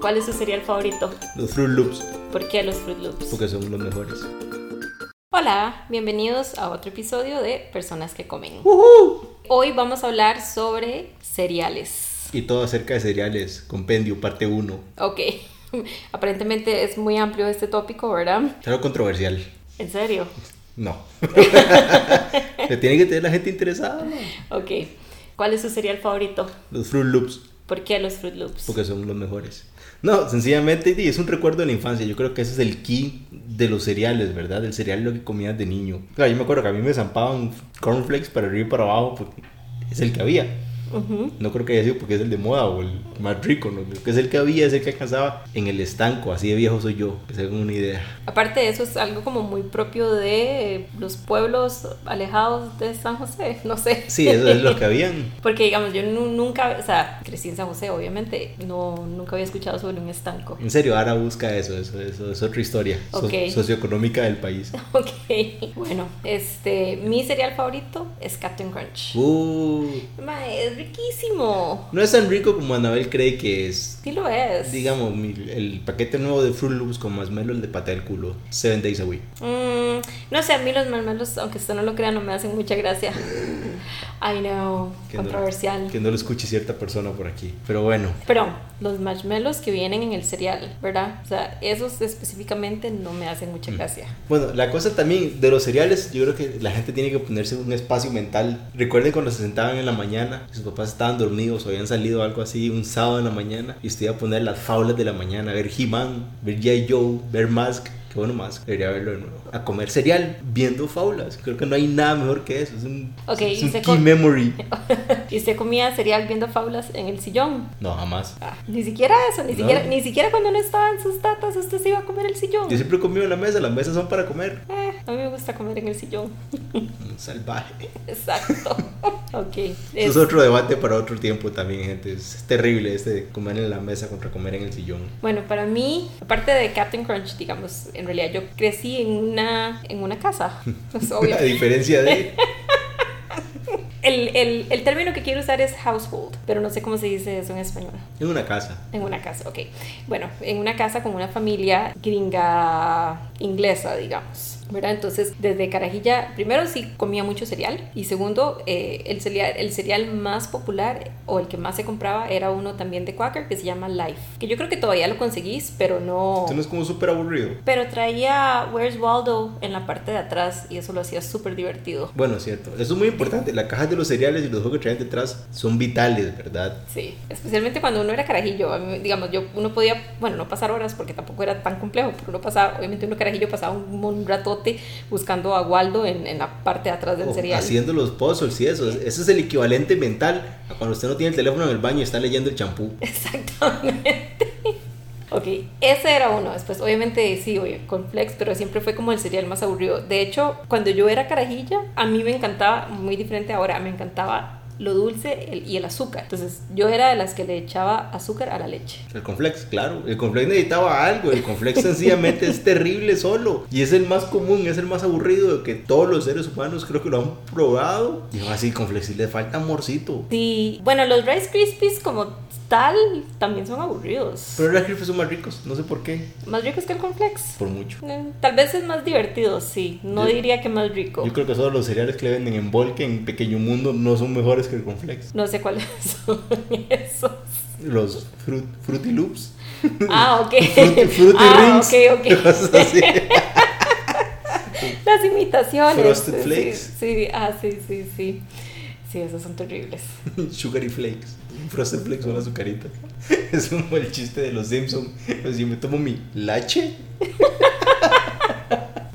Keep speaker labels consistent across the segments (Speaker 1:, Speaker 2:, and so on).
Speaker 1: ¿Cuál es su cereal favorito?
Speaker 2: Los Fruit Loops,
Speaker 1: ¿Por qué los Fruit Loops?
Speaker 2: porque son los mejores.
Speaker 1: Hola, bienvenidos a otro episodio de Personas que Comen. Hoy vamos a hablar sobre cereales.
Speaker 2: Y todo acerca de cereales, compendio, parte 1.
Speaker 1: Ok, aparentemente es muy amplio este tópico, ¿verdad?
Speaker 2: Es algo controversial.
Speaker 1: ¿En serio?
Speaker 2: No. Le tiene que tener la gente interesada.
Speaker 1: Ok, ¿cuál es su cereal favorito?
Speaker 2: Los Fruit Loops,
Speaker 1: ¿Por qué los Fruit Loops?
Speaker 2: porque son los mejores. No, sencillamente di, es un recuerdo de la infancia. Yo creo que ese es el key de los cereales, ¿verdad? Del cereal lo que comías de niño. Claro, yo me acuerdo que a mí me zampaban cornflakes para arriba y para abajo porque es el que había.
Speaker 1: Ujú.
Speaker 2: No creo que haya sido porque es el de moda o el más rico, ¿no? Creo que es el que había, es el que alcanzaba en el estanco. Así de viejo soy yo, que se hagan una idea.
Speaker 1: Aparte de eso es algo como muy propio de eh, los pueblos alejados de San José, no sé.
Speaker 2: Sí, eso es lo que habían.
Speaker 1: Porque digamos, yo nu- nunca, o sea, crecí en San José, obviamente, no, nunca había escuchado sobre un estanco.
Speaker 2: En serio, ahora busca eso, eso, eso es otra historia so-
Speaker 1: Ok.
Speaker 2: socioeconómica del país.
Speaker 1: Ok, bueno, este, mi cereal favorito es Captain Crunch.
Speaker 2: Uh,
Speaker 1: Ma, es riquísimo,
Speaker 2: no es tan rico como Anabel cree que es.
Speaker 1: sí lo es.
Speaker 2: Digamos, mi- el paquete nuevo de Fruit Loops con masmelos de pata del culo. Seven Days a Week.
Speaker 1: Mm, no sé, a mí los marmelos, aunque usted no lo crea, no me hacen mucha gracia. I know, controversial.
Speaker 2: No, que no lo escuche cierta persona por aquí. Pero bueno,
Speaker 1: Pero los marshmallows que vienen en el cereal, ¿verdad? O sea, esos específicamente no me hacen
Speaker 2: Mm.
Speaker 1: mucha gracia.
Speaker 2: Bueno, la cosa también de los cereales, yo creo que la gente tiene que ponerse un espacio mental. Recuerden cuando se sentaban en la mañana, sus papás estaban dormidos o habían salido algo así un sábado en la mañana y usted iba a poner las fábulas de la mañana, a ver He-Man, ver G.I. Joe, ver Mask. Que bueno, Mask, debería verlo de nuevo. A comer cereal viendo fábulas. Creo que no hay nada mejor que eso. Es un,
Speaker 1: Ok,
Speaker 2: es un
Speaker 1: se
Speaker 2: key
Speaker 1: co-
Speaker 2: memory.
Speaker 1: ¿Y usted comía cereal viendo fábulas en el sillón?
Speaker 2: No, jamás.
Speaker 1: Ah, ni siquiera eso, ni,
Speaker 2: No.
Speaker 1: siquiera, ni siquiera cuando no estaban sus tatas, usted se iba a comer el sillón.
Speaker 2: Yo siempre he comido en la mesa, las mesas son para comer.
Speaker 1: Eh, a mí me gusta comer en el sillón.
Speaker 2: Un salvaje.
Speaker 1: Exacto. ok.
Speaker 2: Eso
Speaker 1: es-
Speaker 2: es otro debate para otro tiempo también, gente. Es terrible este de comer en la mesa contra comer en el sillón.
Speaker 1: Bueno, para mí, aparte de Captain Crunch, digamos, en realidad yo crecí en una, en una casa. Pues, obvio.
Speaker 2: A diferencia de...
Speaker 1: El, el, el término que quiero usar es household, pero no sé cómo se dice eso en español.
Speaker 2: En una casa.
Speaker 1: En una casa, ok. Bueno, en una casa con una familia gringa inglesa, digamos. ¿Verdad? Entonces, desde Carajilla, primero sí comía mucho cereal y segundo, eh, el, cereal, el cereal más popular o el que más se compraba era uno también de Quaker que se llama Life, que yo creo que todavía lo conseguís, pero no...
Speaker 2: Esto no es como súper aburrido.
Speaker 1: Pero traía Where's Waldo en la parte de atrás y eso lo hacía súper divertido.
Speaker 2: Bueno, es cierto. Eso es muy importante. Las cajas de los cereales y los juegos que traen detrás son vitales, ¿verdad?
Speaker 1: Sí, especialmente cuando uno era carajillo, a mí, digamos, yo uno podía, bueno, no pasar horas porque tampoco era tan complejo, pero uno pasaba, obviamente uno carajillo pasaba un, un ratote buscando a Waldo en, en la parte de atrás del
Speaker 2: O
Speaker 1: cereal.
Speaker 2: haciendo los puzzles y eso. Ese es el equivalente mental a cuando usted no tiene el teléfono en el baño y está leyendo el champú.
Speaker 1: Exactamente. Ok, ese era uno. Después, obviamente, sí, oye, complex, pero siempre fue como el cereal más aburrido. De hecho, cuando yo era carajilla, a mí me encantaba, muy diferente ahora, me encantaba lo dulce el- y el azúcar. Entonces, yo era de las que le echaba azúcar a la leche.
Speaker 2: El Conflex, claro. El Conflex necesitaba algo. El Conflex sencillamente es terrible solo. Y es el más común, es el más aburrido de que todos los seres humanos creo que lo han probado. Y así, el Conflex sí le falta amorcito.
Speaker 1: Sí, bueno, los Rice Krispies como tal también son aburridos.
Speaker 2: Pero los Krispies son más ricos, no sé por qué.
Speaker 1: Más ricos que el complex. Eh,
Speaker 2: Por mucho.
Speaker 1: Tal vez es más divertido, sí. No
Speaker 2: Yo-
Speaker 1: diría que más rico.
Speaker 2: Yo creo que todos los cereales que le venden en Volque en Pequeño Mundo no son mejores que el Conflex.
Speaker 1: No sé cuáles son esos.
Speaker 2: Los fruit, Fruity Loops.
Speaker 1: Ah, ok.
Speaker 2: Fruity, Fruity
Speaker 1: ah,
Speaker 2: Rings.
Speaker 1: ok, ok.
Speaker 2: cosas así.
Speaker 1: Las imitaciones.
Speaker 2: Frosted
Speaker 1: sí,
Speaker 2: Flakes.
Speaker 1: Sí, ah, sí, sí, sí. Sí, esos son terribles.
Speaker 2: Sugary Flakes. Frosted Flakes son las azucaritas. Es como el chiste de los Simpsons. Si me tomo mi lache.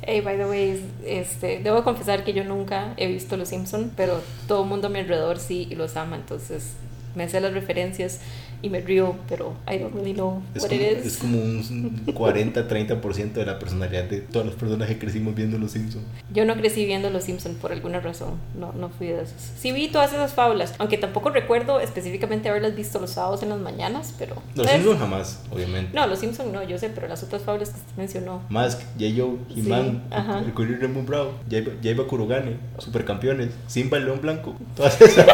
Speaker 1: Hey, by the way, este, debo confesar que yo nunca he visto Los Simpson, pero todo el mundo a mi alrededor sí y los ama, entonces me sé las referencias y me río, pero I don't really know
Speaker 2: Es
Speaker 1: what
Speaker 2: como,
Speaker 1: it is.
Speaker 2: es como un 40-30% de la personalidad de todas las personas que crecimos viendo los Simpsons.
Speaker 1: Yo no crecí viendo Los Simpson por alguna razón, no, no fui de esos. Sí vi todas esas fábulas, aunque tampoco recuerdo específicamente haberlas visto los sábados en las mañanas, pero
Speaker 2: Los
Speaker 1: Eh,
Speaker 2: Simpsons jamás, obviamente.
Speaker 1: no, Los Simpson no, yo sé, pero las otras fábulas que usted mencionó.
Speaker 2: Mask, Yayo,
Speaker 1: Sí,
Speaker 2: He-Man,
Speaker 1: ajá.
Speaker 2: el Coyote Rainbow Bravo, Jaiba Kurugane, Supercampeones, Simba el León Blanco, todas esas.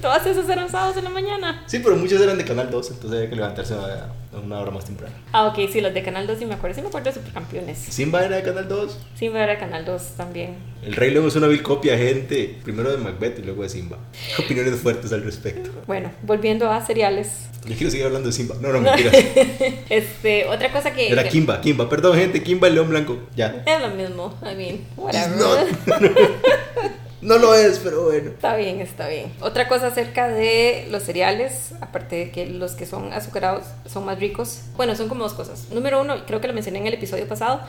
Speaker 1: Todas esas eran sábados en la mañana.
Speaker 2: Sí, pero muchos eran de Canal 2, entonces había que levantarse a a una hora más temprano.
Speaker 1: Ah, ok, sí, los de Canal 2 sí me acuerdo. Sí me acuerdo de Supercampeones.
Speaker 2: Simba era de Canal 2.
Speaker 1: Sí, me acuerdo de Canal 2 también.
Speaker 2: El Rey León es una vil copia, gente. Primero de Macbeth y luego de Simba. Opiniones fuertes al respecto.
Speaker 1: Bueno, volviendo a cereales.
Speaker 2: Yo quiero seguir hablando de Simba. No, no, mentiras.
Speaker 1: Este, otra cosa que...
Speaker 2: Era Kimba, Kimba. Perdón, gente. Kimba el León Blanco. Ya.
Speaker 1: Es lo mismo, I mean, whatever.
Speaker 2: No lo es, pero bueno.
Speaker 1: Está bien, está bien. Otra cosa acerca de los cereales, aparte de que los que son azucarados son más ricos. Bueno, son como dos cosas. Número uno, creo que lo mencioné en el episodio pasado,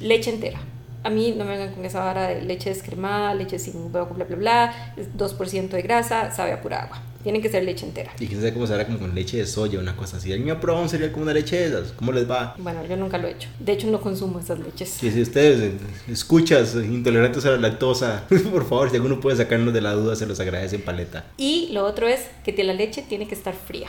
Speaker 1: leche entera. A mí no me vengan con esa vara de leche descremada, leche sin huevo, bla, bla, bla, es 2% de grasa, sabe a pura agua. Tiene que ser leche entera.
Speaker 2: Y quién sabe cómo será como con leche de soya, una cosa así. ¿Alguien ha probado un cereal con una leche de esas? ¿Cómo les va?
Speaker 1: Bueno, yo nunca lo he hecho. De hecho, no consumo esas leches.
Speaker 2: Y si ustedes eh, escuchas eh, intolerantes a la lactosa, por favor, si alguno puede sacarnos de la duda, se los agradece en paleta.
Speaker 1: Y lo otro es que la leche tiene que estar fría.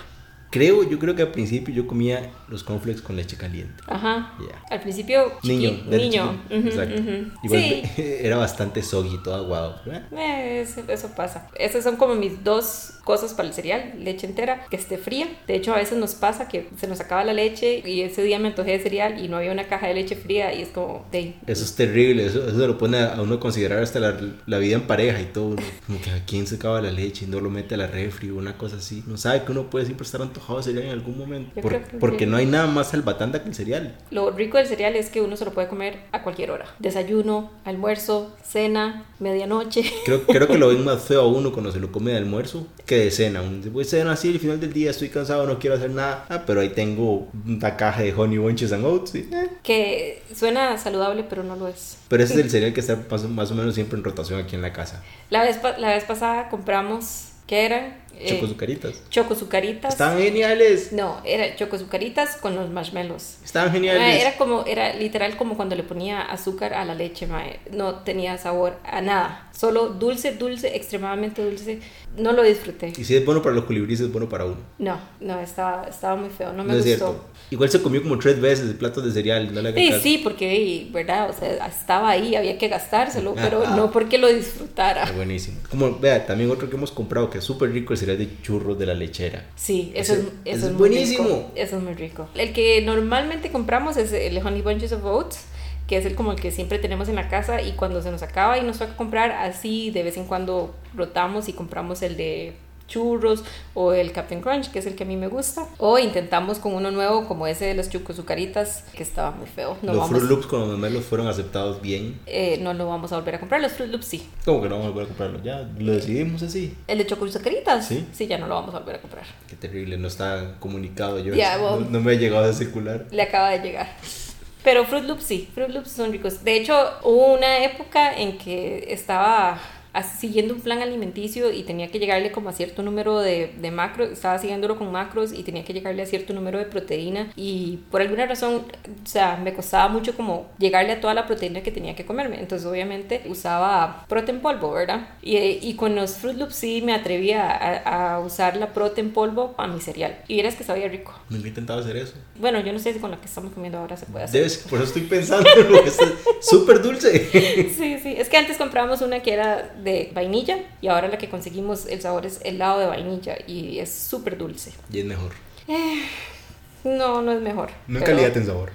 Speaker 2: Creo, yo creo que al principio yo comía los cornflakes con leche caliente.
Speaker 1: Ajá.
Speaker 2: Ya.
Speaker 1: Al principio,
Speaker 2: Niño,
Speaker 1: chiqui-
Speaker 2: de leche
Speaker 1: niño.
Speaker 2: caliente.
Speaker 1: Ujú,
Speaker 2: Exacto.
Speaker 1: ujú.
Speaker 2: Igual
Speaker 1: Sí.
Speaker 2: era bastante soggy, todo aguado. ¿verdad?
Speaker 1: Eh, Eso, eso pasa. Esas son como mis dos cosas para el cereal, leche entera, que esté fría. De hecho, a veces nos pasa que se nos acaba la leche y ese día me antojé de cereal y no había una caja de leche fría y es como, de
Speaker 2: Eso es terrible, eso, eso lo pone a uno a considerar hasta la, la vida en pareja y todo. ¿no? Como que a quién se acaba la leche y no lo mete a la refri o una cosa así. No sabe que uno puede siempre estar antojado de cereal en algún momento.
Speaker 1: Yo
Speaker 2: Por-
Speaker 1: creo que sí.
Speaker 2: porque no hay nada más salvatanda que el cereal.
Speaker 1: Lo rico del cereal es que uno se lo puede comer a cualquier hora. Desayuno, almuerzo, cena, medianoche.
Speaker 2: Creo, creo que lo ven más feo a uno cuando se lo come de almuerzo que de cena. Uno dice, pues cena así, al final del día estoy cansado, no quiero hacer nada. Ah, pero ahí tengo una caja de honey bunches and oats. sí, eh.
Speaker 1: Que suena saludable, pero no lo es.
Speaker 2: Pero ese es el cereal que está más, más o menos siempre en rotación aquí en la casa.
Speaker 1: La vez, pa- la vez pasada compramos, ¿qué eran?
Speaker 2: Choco sucaritas.
Speaker 1: Chocosucaritas.
Speaker 2: Estaban geniales.
Speaker 1: No, era chocosucaritas con los marshmallows.
Speaker 2: Estaban
Speaker 1: Ah,
Speaker 2: geniales.
Speaker 1: Era como, era literal como cuando le ponía azúcar a la leche, mae. No tenía sabor a nada. Solo dulce, dulce, extremadamente dulce. No lo disfruté.
Speaker 2: Y si es bueno para los colibríes, es bueno para uno.
Speaker 1: No, no, estaba, estaba muy feo. No
Speaker 2: No,
Speaker 1: me
Speaker 2: es
Speaker 1: gustó.
Speaker 2: cierto. Igual se comió como tres veces el plato de cereal. No le hagan
Speaker 1: Sí,
Speaker 2: caso.
Speaker 1: sí, porque, y, ¿verdad? O sea, estaba ahí, había que gastárselo, pero
Speaker 2: Ajá.
Speaker 1: no porque lo disfrutara.
Speaker 2: Está Ah, buenísimo. Como, vea, también otro que hemos comprado que es súper rico, el cereal de churros de la lechera.
Speaker 1: Sí, eso,
Speaker 2: Ese-
Speaker 1: es, eso
Speaker 2: ese es
Speaker 1: es muy
Speaker 2: buenísimo.
Speaker 1: rico, Eso es muy rico. El que normalmente compramos es el Honey Bunches of Oats, que es el como el que siempre tenemos en la casa y cuando se nos acaba y nos toca comprar, así de vez en cuando rotamos y compramos el de churros o el Captain Crunch, que es el que a mí me gusta, o intentamos con uno nuevo como ese de los chucosucaritas, que estaba muy feo. No,
Speaker 2: los Fruit
Speaker 1: vamos,
Speaker 2: Loops con los memelos fueron aceptados bien.
Speaker 1: eh, no lo vamos a volver a comprar, los Fruit Loops sí.
Speaker 2: Como que no vamos a volver a comprarlo. Ya lo decidimos así.
Speaker 1: El de chocosucaritas,
Speaker 2: Sí.
Speaker 1: sí, ya no lo vamos a volver a comprar.
Speaker 2: Qué terrible, no está comunicado yo.
Speaker 1: Ya,
Speaker 2: no-
Speaker 1: bueno.
Speaker 2: no, me ha llegado a circular.
Speaker 1: Le acaba de llegar. Pero Fruit Loops sí, Fruit Loops son ricos. De hecho, hubo una época en que estaba as- siguiendo un plan alimenticio y tenía que llegarle como a cierto número de, de macros, estaba siguiéndolo con macros y tenía que llegarle a cierto número de proteína y por alguna razón, o sea, me costaba mucho como llegarle a toda la proteína que tenía que comerme. Entonces, obviamente, usaba protein polvo, ¿verdad? Y, y con los Fruit Loops sí me atrevía a, a usar la protein polvo a mi cereal. Y vieras que sabía rico.
Speaker 2: Nunca he intentado hacer eso.
Speaker 1: Bueno, yo no sé si con la que estamos comiendo ahora se puede hacer.
Speaker 2: Debes, por eso estoy pensando, porque está súper dulce.
Speaker 1: Sí, sí. Es que antes comprábamos una que era de vainilla y ahora la que conseguimos, el sabor es helado de vainilla y es súper dulce.
Speaker 2: Y es mejor.
Speaker 1: No, no es mejor.
Speaker 2: No en
Speaker 1: pero-
Speaker 2: calidad, en sabor.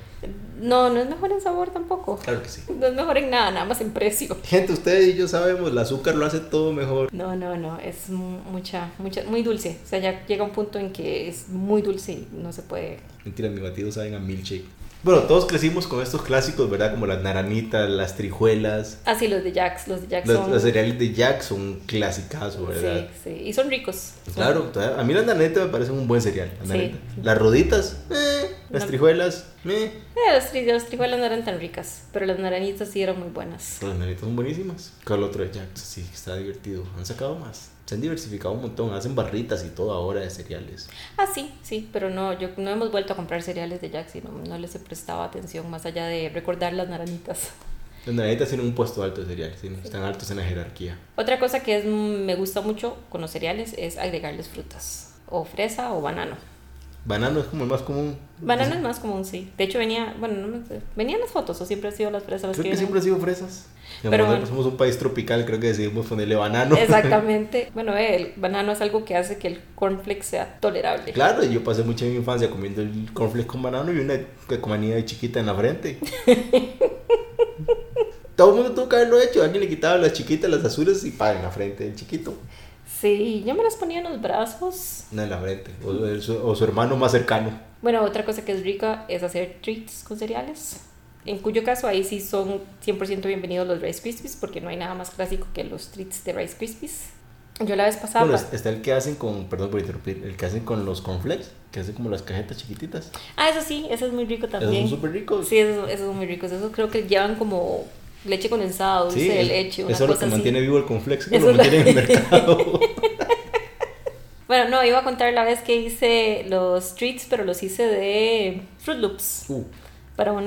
Speaker 1: No, no es mejor en sabor tampoco.
Speaker 2: Claro que sí.
Speaker 1: No es mejor en nada, nada más en precio.
Speaker 2: Gente, ustedes y yo sabemos, el azúcar lo hace todo mejor.
Speaker 1: No, no, no, es mu- mucha, mucha, muy dulce. O sea, ya llega un punto en que es muy dulce y no se puede.
Speaker 2: Mentira, mis batidos saben a milkshake. Bueno, todos crecimos con estos clásicos, ¿verdad? Como las naranitas, las trijuelas,
Speaker 1: Ah, sí, los de Jax, los de Jax
Speaker 2: los,
Speaker 1: son.
Speaker 2: los cereales de Jack son clásicazo,
Speaker 1: sí,
Speaker 2: ¿verdad?
Speaker 1: sí. Y son ricos. Son-
Speaker 2: Claro, todavía- a mí las naranitas me parecen un buen cereal. las
Speaker 1: Sí.
Speaker 2: naranitas. Las roditas, eh, las
Speaker 1: No.
Speaker 2: trijuelas, eh.
Speaker 1: Eh, las, tri- las trijuelas no eran tan ricas, pero las naranitas sí eran muy buenas.
Speaker 2: Las naranitas son buenísimas. ¿Cuál otro de Jack? Sí, está divertido. Han sacado más. Se han diversificado un montón. Hacen barritas y todo ahora de cereales.
Speaker 1: Ah, sí, sí, pero no, yo no hemos vuelto a comprar cereales de Jax y no, no les he prestado atención más allá de recordar las naranitas.
Speaker 2: Las naranitas tienen un puesto alto de cereales. tienen- Están altos en la jerarquía.
Speaker 1: Otra cosa que es, mm, me gusta mucho con los cereales es agregarles frutas, o fresa o banano.
Speaker 2: Banano es como el más común.
Speaker 1: Banano es más común, sí. De hecho, venía, bueno, no me- venían las fotos, o siempre han sido las fresas las
Speaker 2: Creo
Speaker 1: que
Speaker 2: que
Speaker 1: vienen?
Speaker 2: siempre ha sido fresas. Como
Speaker 1: Pero
Speaker 2: nosotros
Speaker 1: bueno.
Speaker 2: somos un país tropical, creo que decidimos ponerle banano.
Speaker 1: Exactamente. Bueno, eh, el banano es algo que hace que el cornflakes sea tolerable.
Speaker 2: Claro, yo pasé mucha de mi infancia comiendo el cornflakes con banano y una comanía de chiquita en la frente. Todo el mundo tuvo que haberlo hecho. Alguien le quitaba las chiquitas, las azules y pa, en la frente del chiquito.
Speaker 1: Sí, yo me las ponía en los brazos.
Speaker 2: No, en la frente. O, el- su, o su hermano más cercano.
Speaker 1: Bueno, otra cosa que es rica es hacer treats con cereales. En cuyo caso ahí sí son 100% bienvenidos los Rice Krispies porque no hay nada más clásico que los treats de Rice Krispies. Yo la vez pasada...
Speaker 2: Bueno,
Speaker 1: pa-
Speaker 2: es- está el que hacen con, perdón por interrumpir, el que hacen con los cornflakes, que hacen como las cajetas chiquititas.
Speaker 1: Ah, eso sí, eso es muy rico
Speaker 2: Esos
Speaker 1: también.
Speaker 2: son súper ricos.
Speaker 1: Sí, esos, esos son muy ricos. Esos creo que llevan como leche condensada, dulce de
Speaker 2: el-
Speaker 1: leche, una
Speaker 2: eso es lo
Speaker 1: cosa
Speaker 2: que
Speaker 1: así.
Speaker 2: mantiene vivo el cornflakes, que
Speaker 1: Eso
Speaker 2: lo
Speaker 1: es lo-
Speaker 2: mantiene en el mercado.
Speaker 1: Bueno, no, iba a contar la vez que hice los treats, pero los hice de Fruit Loops
Speaker 2: Uh,
Speaker 1: para un-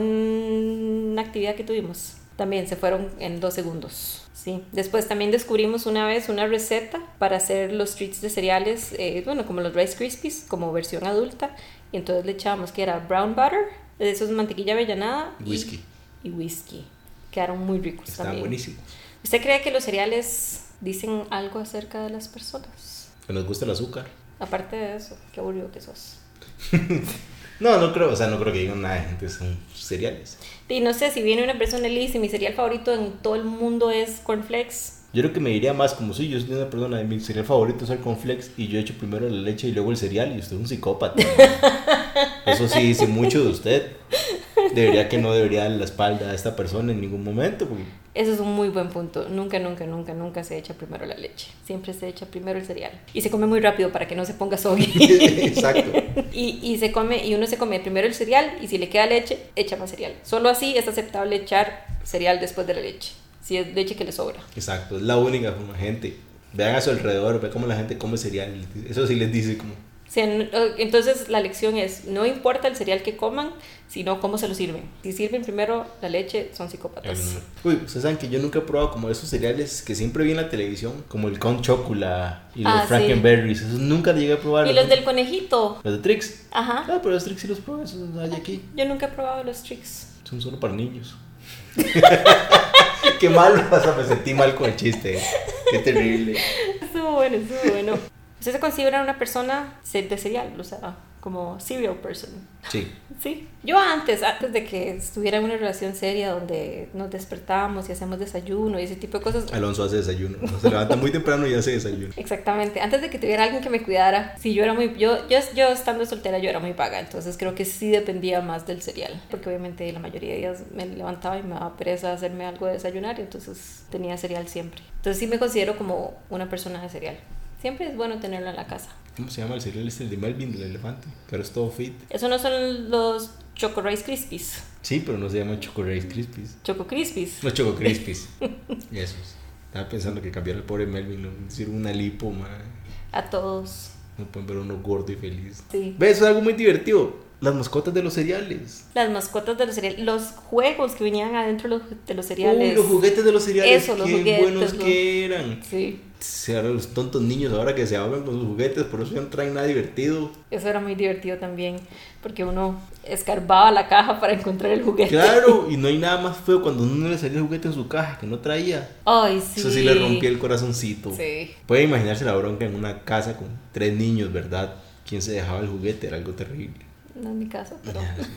Speaker 1: una actividad que tuvimos. También se fueron en dos segundos. Sí. Después también descubrimos una vez una receta para hacer los treats de cereales, eh, bueno, como los Rice Krispies, como versión adulta. Y entonces le echábamos que era brown butter, eso es mantequilla avellanada. y-
Speaker 2: Whisky.
Speaker 1: Y, whisky. Quedaron muy ricos
Speaker 2: están
Speaker 1: también.
Speaker 2: buenísimos.
Speaker 1: ¿Usted cree que los cereales dicen algo acerca de las personas?
Speaker 2: Que nos gusta el azúcar.
Speaker 1: Aparte de eso, qué aburrido que sos.
Speaker 2: No, no creo, o sea, no creo que digan nada de gente, son cereales.
Speaker 1: Y no sé, si viene una persona y le dice, mi cereal favorito en todo el mundo es cornflakes.
Speaker 2: Yo creo que me diría más como si yo soy una persona de mi cereal favorito es el cornflakes y yo he hecho primero la leche y luego el cereal y usted es un psicópata. Eso sí dice mucho de usted. Debería que no debería darle la espalda a esta persona en ningún momento. porque-
Speaker 1: Ese es un muy buen punto. Nunca, nunca, nunca, nunca se echa primero la leche. Siempre se echa primero el cereal. Y se come muy rápido para que no se ponga soggy.
Speaker 2: Exacto.
Speaker 1: y, y se come, y uno se come primero el cereal y si le queda leche, echa más cereal. Solo así es aceptable echar cereal después de la leche. Si es leche que le sobra.
Speaker 2: Exacto, es la única forma, gente. Vean a su alrededor, ve cómo la gente come cereal. Eso sí les dice como...
Speaker 1: O sea, n- o- entonces la lección es, no importa el cereal que coman, sino cómo se lo sirven. Si sirven primero la leche, son psicópatas.
Speaker 2: Uy, ustedes saben que yo nunca he probado como esos cereales que siempre vi en la televisión, como el con chocola y los
Speaker 1: Ah, sí.
Speaker 2: frankenberries. Esos nunca llegué a probar.
Speaker 1: Y los del conejito.
Speaker 2: Los de Trix.
Speaker 1: Ajá.
Speaker 2: Ah, pero los Trix sí los probé, esos hay aquí.
Speaker 1: Yo nunca he probado los tricks.
Speaker 2: Son solo para niños. Qué malo, hasta me sentí mal con el chiste. ¿eh? Qué terrible.
Speaker 1: Estuvo bueno, estuvo bueno. Usted se considera una persona ce- de cereal, o sea, como cereal person.
Speaker 2: Sí.
Speaker 1: Sí. Yo antes, antes de que estuviera en una relación seria donde nos despertábamos y hacemos desayuno y ese tipo de cosas,
Speaker 2: Alonso hace desayuno. Se levanta muy temprano y hace desayuno.
Speaker 1: Exactamente, antes de que tuviera alguien que me cuidara, si yo era muy, yo, yo, yo estando soltera yo era muy vaga, entonces creo que sí dependía más del cereal, porque obviamente la mayoría de días me levantaba y me daba pereza hacerme algo de desayunar, y entonces tenía cereal siempre. Entonces sí me considero como una persona de cereal. Siempre es bueno tenerlo en la casa.
Speaker 2: ¿Cómo se llama el cereal? Es el de Melvin, del elefante. Pero es todo fit.
Speaker 1: Eso no son los Choco Rice Krispies,
Speaker 2: Sí, pero no se llama Choco Rice Krispies.
Speaker 1: Choco Krispies.
Speaker 2: Los Choco Crispies. Esos. Estaba pensando que cambiar al pobre Melvin. No hicieron una lipo, man.
Speaker 1: A todos.
Speaker 2: No pueden ver a uno gordo y feliz.
Speaker 1: Sí.
Speaker 2: ¿Ves? Eso es algo muy divertido. Las mascotas de los cereales.
Speaker 1: Las mascotas de los cereales, los juegos que venían adentro de los- de los
Speaker 2: Uy,
Speaker 1: cereales.
Speaker 2: Uh, los juguetes de los cereales.
Speaker 1: Eso, los
Speaker 2: qué
Speaker 1: juguetes,
Speaker 2: buenos
Speaker 1: los-
Speaker 2: que eran.
Speaker 1: Sí.
Speaker 2: Sí, ahora los tontos niños ahora que se ahogan con sus juguetes, por eso ya no traen nada divertido.
Speaker 1: Eso era muy divertido también, porque uno escarbaba la caja para encontrar el juguete.
Speaker 2: Claro, y no hay nada más feo cuando uno le salía el juguete en su caja que no traía.
Speaker 1: Ay, sí.
Speaker 2: Eso sí le rompía el corazoncito.
Speaker 1: Sí.
Speaker 2: Pueden imaginarse la bronca en una casa con tres niños, ¿verdad? ¿Quién se dejaba el juguete? Era algo terrible.
Speaker 1: No es mi caso, pero.
Speaker 2: pues,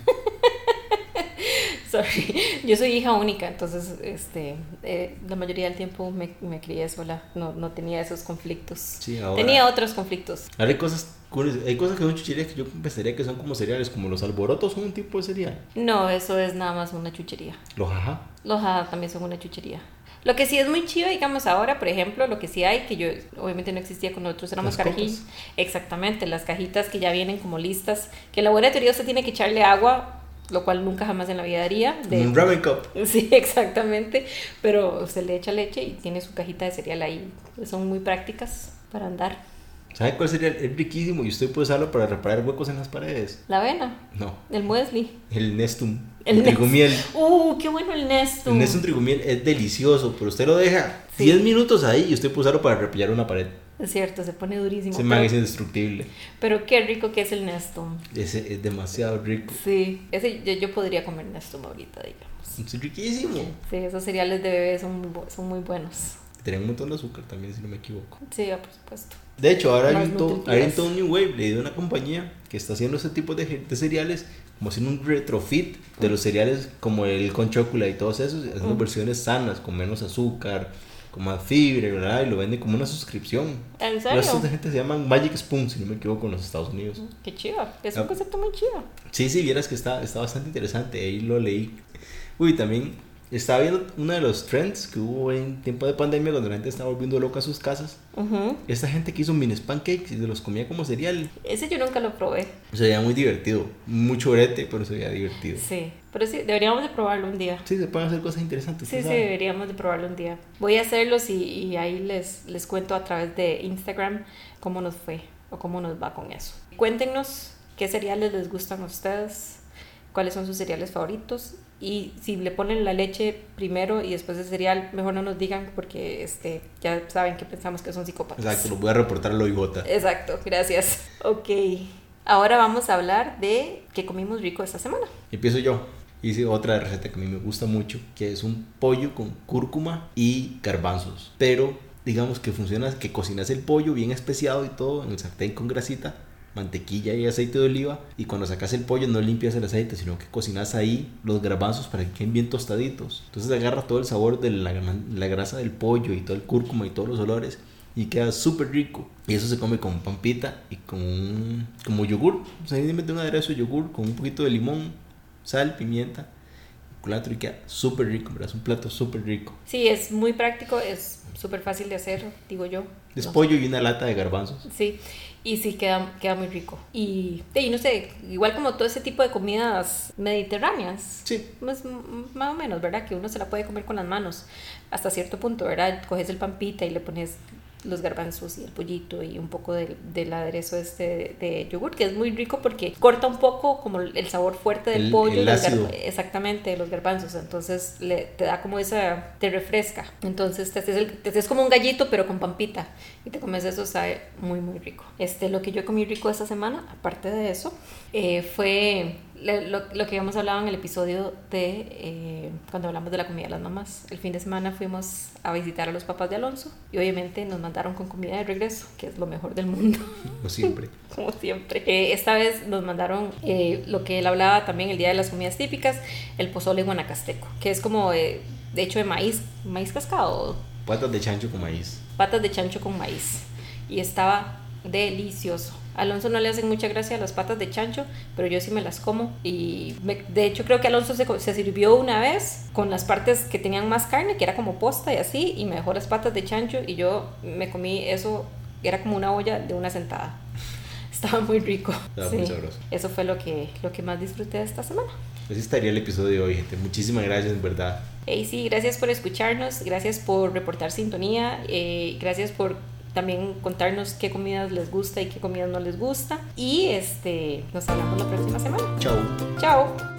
Speaker 1: Sorry. Yo soy hija única, entonces este, eh, la mayoría del tiempo me, me crié sola. No, no tenía esos conflictos.
Speaker 2: Sí, ahora-
Speaker 1: Tenía otros conflictos.
Speaker 2: Ahora Ah, hay cosas, curiosas- hay cosas que son chucherías que yo pensaría que son como cereales, como los alborotos son un tipo de cereal.
Speaker 1: No, eso es nada más una chuchería.
Speaker 2: Los ajá.
Speaker 1: Los hadas también son una chuchería. Lo que sí es muy chido, digamos, ahora, por ejemplo, lo que sí hay, que yo obviamente no existía con nosotros, éramos
Speaker 2: Las copas.
Speaker 1: carajillas. Exactamente, las cajitas que ya vienen como listas, que en la buena teoría usted tiene que echarle agua, lo cual nunca jamás en la vida haría.
Speaker 2: como Un
Speaker 1: De...
Speaker 2: ramen cup.
Speaker 1: Sí, exactamente, pero usted le echa leche y tiene su cajita de cereal ahí. Son muy prácticas para andar.
Speaker 2: ¿Sabe cuál cereal? Es riquísimo y usted puede usarlo para reparar huecos en las paredes.
Speaker 1: La avena,
Speaker 2: No,
Speaker 1: el muesli.
Speaker 2: el Nestum.
Speaker 1: El
Speaker 2: El,
Speaker 1: Nestum.
Speaker 2: trigomiel.
Speaker 1: ¡Uh, qué bueno el Nestum!
Speaker 2: El Nestum trigomiel es delicioso, pero usted lo deja
Speaker 1: Sí.
Speaker 2: 10 minutos ahí y usted puede usarlo para repillar una pared.
Speaker 1: Es cierto, se pone durísimo.
Speaker 2: Ese
Speaker 1: pero-
Speaker 2: man es indestructible.
Speaker 1: Pero qué rico que es el Nestum.
Speaker 2: Ese es demasiado rico.
Speaker 1: Sí, ese yo, yo podría comer Nestum ahorita, digamos.
Speaker 2: Es riquísimo.
Speaker 1: Sí, esos cereales de bebé son muy, bu- son muy buenos.
Speaker 2: Tenía un montón de azúcar también, si no me equivoco.
Speaker 1: Sí, ah, por supuesto.
Speaker 2: De hecho, ahora
Speaker 1: Más
Speaker 2: hay un, to-
Speaker 1: nutritivas.
Speaker 2: hay un todo un New Wave de una compañía que está haciendo ese tipo de, ge- de cereales, como haciendo un retrofit de los cereales como el con chocolate y todos esos, haciendo versiones sanas, con menos azúcar, con más fibra, ¿verdad? Y lo venden como una suscripción.
Speaker 1: ¿En
Speaker 2: Pero
Speaker 1: serio? Mm,
Speaker 2: estos de gente se llaman Magic Spoon, si no me equivoco, en los Estados Unidos.
Speaker 1: Qué chido. Es un
Speaker 2: Ah.
Speaker 1: concepto muy chido.
Speaker 2: Sí, sí, vieras que está, está bastante interesante, ahí lo leí. Uy, también estaba viendo uno de los trends que hubo en tiempo de pandemia cuando la gente estaba volviendo loca a sus casas.
Speaker 1: Ujú.
Speaker 2: Esta gente que hizo minis pancakes y se los comía como cereal.
Speaker 1: Ese yo nunca lo probé.
Speaker 2: Se veía muy divertido. Mucho brete, pero se veía divertido.
Speaker 1: Sí. Pero sí, deberíamos de probarlo un día.
Speaker 2: Sí, se pueden hacer cosas interesantes.
Speaker 1: Sí,
Speaker 2: ¿quién
Speaker 1: sí,
Speaker 2: Pues sabe?
Speaker 1: deberíamos de probarlo un día. Voy a hacerlos y, y ahí les, les cuento a través de Instagram cómo nos fue o cómo nos va con eso. Cuéntenos qué cereales les gustan a ustedes, cuáles son sus cereales favoritos y si le ponen la leche primero y después el cereal, mejor no nos digan porque este, ya saben que pensamos que son psicópatas.
Speaker 2: Exacto, los voy a reportar a la Oigota.
Speaker 1: Exacto, gracias. Ok, ahora vamos a hablar de qué comimos rico esta semana.
Speaker 2: Empiezo yo. Hice otra receta que a mí me gusta mucho, que es un pollo con cúrcuma y garbanzos. Pero digamos que funciona, que cocinas el pollo bien especiado y todo en el sartén con grasita, mantequilla y aceite de oliva. Y cuando sacas el pollo no limpias el aceite, sino que cocinas ahí los garbanzos para que queden bien tostaditos. Entonces agarra todo el sabor de la, gran- la grasa del pollo y todo el cúrcuma y todos los olores. Y queda súper rico. Y eso se come con pampita y con un- como yogur. O sea, ahí le mete un aderezo de yogur con un poquito de limón, sal, pimienta, culantro y queda súper rico, ¿verdad? Es un plato súper rico.
Speaker 1: Sí, es muy práctico, es súper fácil de hacer, digo yo.
Speaker 2: Es
Speaker 1: No
Speaker 2: pollo y una lata de garbanzos.
Speaker 1: Sí, y sí, queda, queda muy rico. Y, y no sé, igual como todo ese tipo de comidas mediterráneas,
Speaker 2: Sí.
Speaker 1: pues, m- más o menos, ¿verdad? Que uno se la puede comer con las manos hasta cierto punto, ¿verdad? Coges el pampita y le pones los garbanzos y el pollito y un poco del, del aderezo este de, de yogur, que es muy rico porque corta un poco como el sabor fuerte del
Speaker 2: El-
Speaker 1: pollo.
Speaker 2: el
Speaker 1: y los gar-
Speaker 2: ácido.
Speaker 1: Exactamente, de los garbanzos. Entonces le, te da como esa, te refresca. Entonces te haces, el- te haces como un gallito, pero con pampita. Y te comes eso, sabe muy, muy rico. Este, lo que yo comí rico esta semana, aparte de eso, eh, fue le- lo, lo que habíamos hablado en el episodio de eh, cuando hablamos de la comida de las mamás. El fin de semana fuimos a visitar a los papás de Alonso y obviamente nos mandaron con comida de regreso, que es lo mejor del mundo
Speaker 2: Como siempre.
Speaker 1: como siempre. Eh, esta vez nos mandaron eh, lo que él hablaba también el día de las comidas típicas, el pozole guanacasteco, que es como eh, de hecho de maíz, maíz cascado,
Speaker 2: Patas de chancho con maíz.
Speaker 1: patas de chancho con maíz. Y estaba delicioso. A Alonso no le hacen mucha gracia las patas de chancho, pero yo sí me las como. Y me- de hecho creo que Alonso se, co- se sirvió una vez con las partes que tenían más carne, que era como posta y así, y me dejó las patas de chancho y yo me comí eso, era como una olla de una sentada. Estaba muy rico.
Speaker 2: Estaba muy sabroso.
Speaker 1: Eso fue lo que, lo que más disfruté esta semana.
Speaker 2: Así estaría el episodio de hoy, gente. Muchísimas gracias, en verdad.
Speaker 1: Hey, sí, gracias por escucharnos, gracias por reportar sintonía, eh, gracias por también contarnos qué comidas les gusta y qué comidas no les gusta. Y este, nos hablamos la próxima semana.
Speaker 2: Chao.
Speaker 1: Chao.